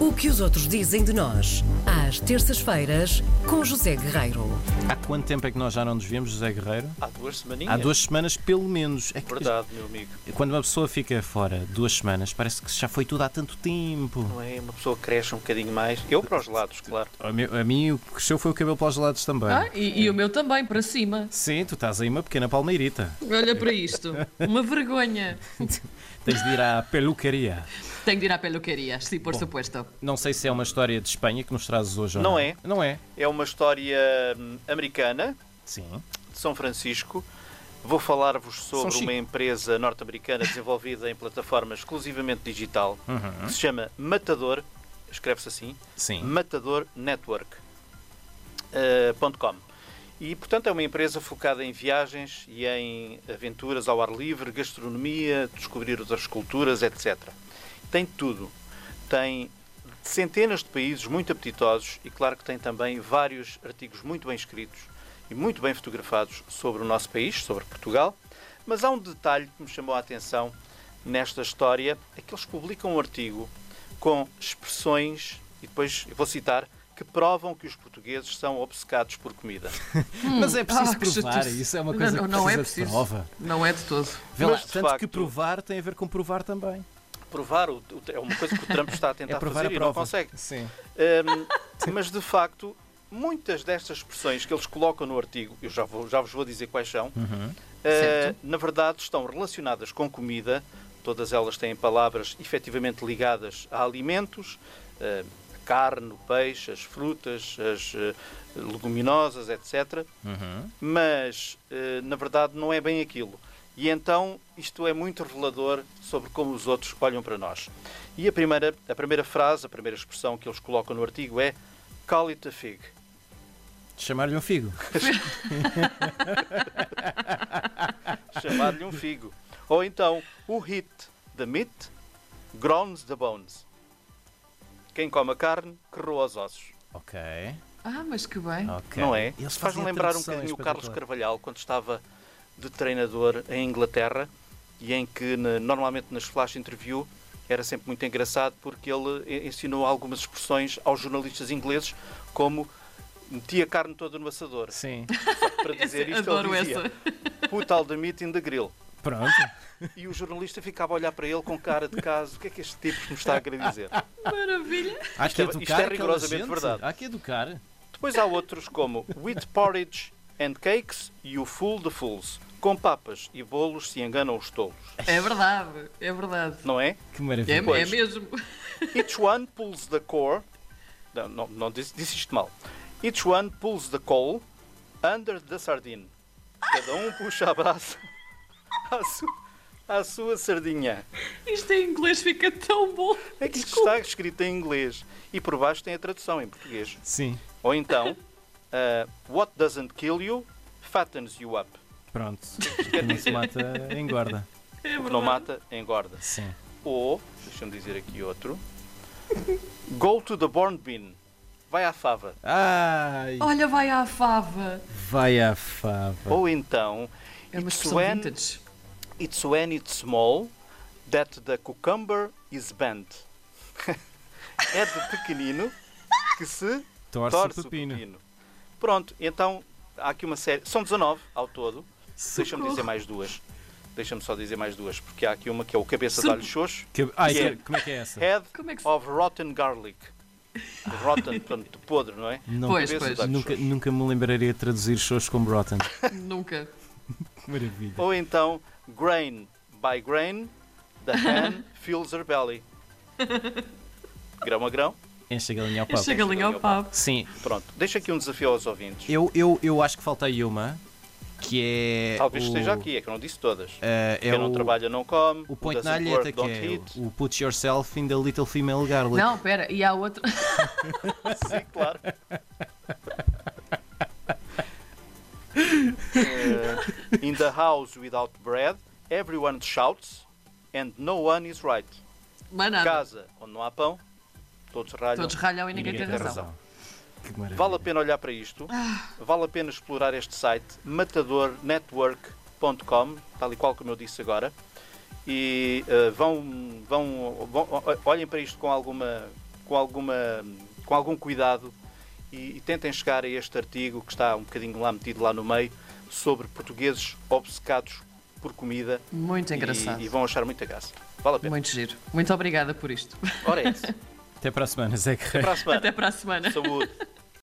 O que os outros dizem de nós, às terças-feiras, com José Guerreiro. Há quanto tempo é que nós já não nos vemos, José Guerreiro? Há duas semaninhas. Há duas semanas, pelo menos. É que Verdade, meu amigo. quando uma pessoa fica fora duas semanas, parece que já foi tudo há tanto tempo. Não é? Uma pessoa cresce um bocadinho mais. Eu para os lados, claro. A, meu- a mim o que cresceu foi o cabelo para os lados também. Ah, e, e o meu também, para cima. Sim, tu estás aí uma pequena palmeirita. Olha para isto. Uma vergonha. Tens de ir à peluqueria. Tenho de ir à peluqueria, sim, por supuesto. Não sei se é uma história de Espanha que nos trazes hoje ou não. Não é. Não é? É uma história hum, americana, Sim. de São Francisco. Vou falar-vos sobre Chico. uma empresa norte-americana desenvolvida em plataforma exclusivamente digital, Uhum. que se chama Matador, escreve-se assim, Sim. matadornetwork.com. eh, e, portanto, é uma empresa focada em viagens e em aventuras ao ar livre, gastronomia, descobrir outras culturas, etc. Tem tudo. Tem centenas de países muito apetitosos e, claro, que tem também vários artigos muito bem escritos e muito bem fotografados sobre o nosso país, sobre Portugal. Mas há um detalhe que me chamou a atenção nesta história: é que eles publicam um artigo com expressões, e depois eu vou citar, que provam que os portugueses são obcecados por comida. Mas é preciso Ah, que provar, chatice. isso é uma coisa não, não, que não é precisa preciso. de prova. Não é de todo. Vê lá, Mas, de tanto que facto- provar tem a ver com provar também. Provar o- o- é uma coisa que o Trump está a tentar É provar fazer a e prova. não consegue. Sim. Hum, mas, de facto, muitas destas expressões que eles colocam no artigo, eu já, vou- já vos vou dizer quais são, Uhum. eh, Certo. na verdade estão relacionadas com comida, todas elas têm palavras efetivamente ligadas a alimentos, eh, a carne, o peixe, as frutas, as eh, leguminosas, etc. Uhum. Mas, eh, na verdade, não é bem aquilo. E então isto é muito revelador sobre como os outros olham para nós. E a primeira, a primeira frase, a primeira expressão que eles colocam no artigo é Call it a fig. Chamar-lhe um figo. chamar-lhe um figo. Ou então, o hit the meat groans the bones. Quem come a carne, corroa os ossos. Ok. Ah, mas que bem. ok. Não é? Eles Faz-me fazem a lembrar um tradução, é bocadinho o Carlos espetacular. Carvalhal, quando estava de treinador em Inglaterra, e em que na- normalmente nas flash interview era sempre muito engraçado porque ele e- ensinou algumas expressões aos jornalistas ingleses, como metia a carne toda no assador. Sim. Para dizer Essa- isto, adoro ele dizia, put all the meat in the grill. Pronto. E o jornalista ficava a olhar para ele com cara de caso. O que é que este tipo me está a querer dizer? Maravilha. Há Isto é- isto é aquela rigorosamente gente. verdade. Há que educar. Depois há outros como With Porridge and Cakes e o Fool the Fools. Com papas e bolos se enganam os tolos. É verdade, é verdade. Não é? Que É, maravilha. é Pois. mesmo. Each one pulls the core. Não, não, não disse, disse isto mal. Each one pulls the coal under the sardine. Cada um puxa a brasa à, su- à sua sardinha. Isto em inglês fica tão bom. É que isto está escrito em inglês. E por baixo tem a tradução em português. Sim. Ou então, ah, what doesn't kill you fattens you up. Pronto. Não se mata, engorda. É O que verdade. não mata, engorda. Sim. Ou, deixa-me dizer aqui outro, go to the born bin. Vai à fava. Ai, Olha, vai à fava. vai à fava. Ou então, É uma it's expressão when, vintage. it's when it's small that the cucumber is bent. é de pequenino que se Torce torce, o o um pepino. pepino. Pronto, então há aqui uma série. São 19 ao todo. Deixa-me Socorro. dizer mais duas. Deixa-me só dizer mais duas, porque há aqui uma que é o cabeça de Socorro. alho xoxo. Que- Ai, Yeah. que- como é que é essa? Head Como é que se- of Rotten Garlic. Rotten, portanto, podre, não é? Não, Pois, Cabeça pois. de alho Nunca, xoxo. nunca me lembraria de traduzir shows com Broughton. Nunca. Que maravilha. Ou então, grain by grain, the hen fills her belly. Grão a grão. Enche a galinha ao papo. Chega ali ao papo. Sim, Pronto, deixa aqui um desafio aos ouvintes. eu, eu, eu acho que falta aí uma, que é... Talvez o- esteja aqui, é que eu não disse todas. eh, é Quem não o- trabalha não come. O who point na doesn't alheta work que don't é eat. o Put Yourself in the Little Female Garlic. Não, pera, e há outro. Sim, claro. Eh, in the house without bread, everyone shouts and no one is right. Mais nada. Casa onde não há pão, todos ralham. Todos ralham e ninguém, tem razão. Que maravilha. Vale a pena olhar para isto, Ah. vale a pena explorar este site matadornetwork.com, tal e qual como eu disse agora, e eh, vão, vão, vão- olhem para isto com alguma, com, alguma, com algum cuidado e, e tentem chegar a este artigo que está um bocadinho lá metido lá no meio sobre portugueses obcecados por comida Muito engraçado. e, e vão achar muita graça. Vale a pena. Muito giro. Muito obrigada por isto. Ora é isso. Até para a semana, Zé Guerreiro. Para a semana. Até para a semana. Saúde.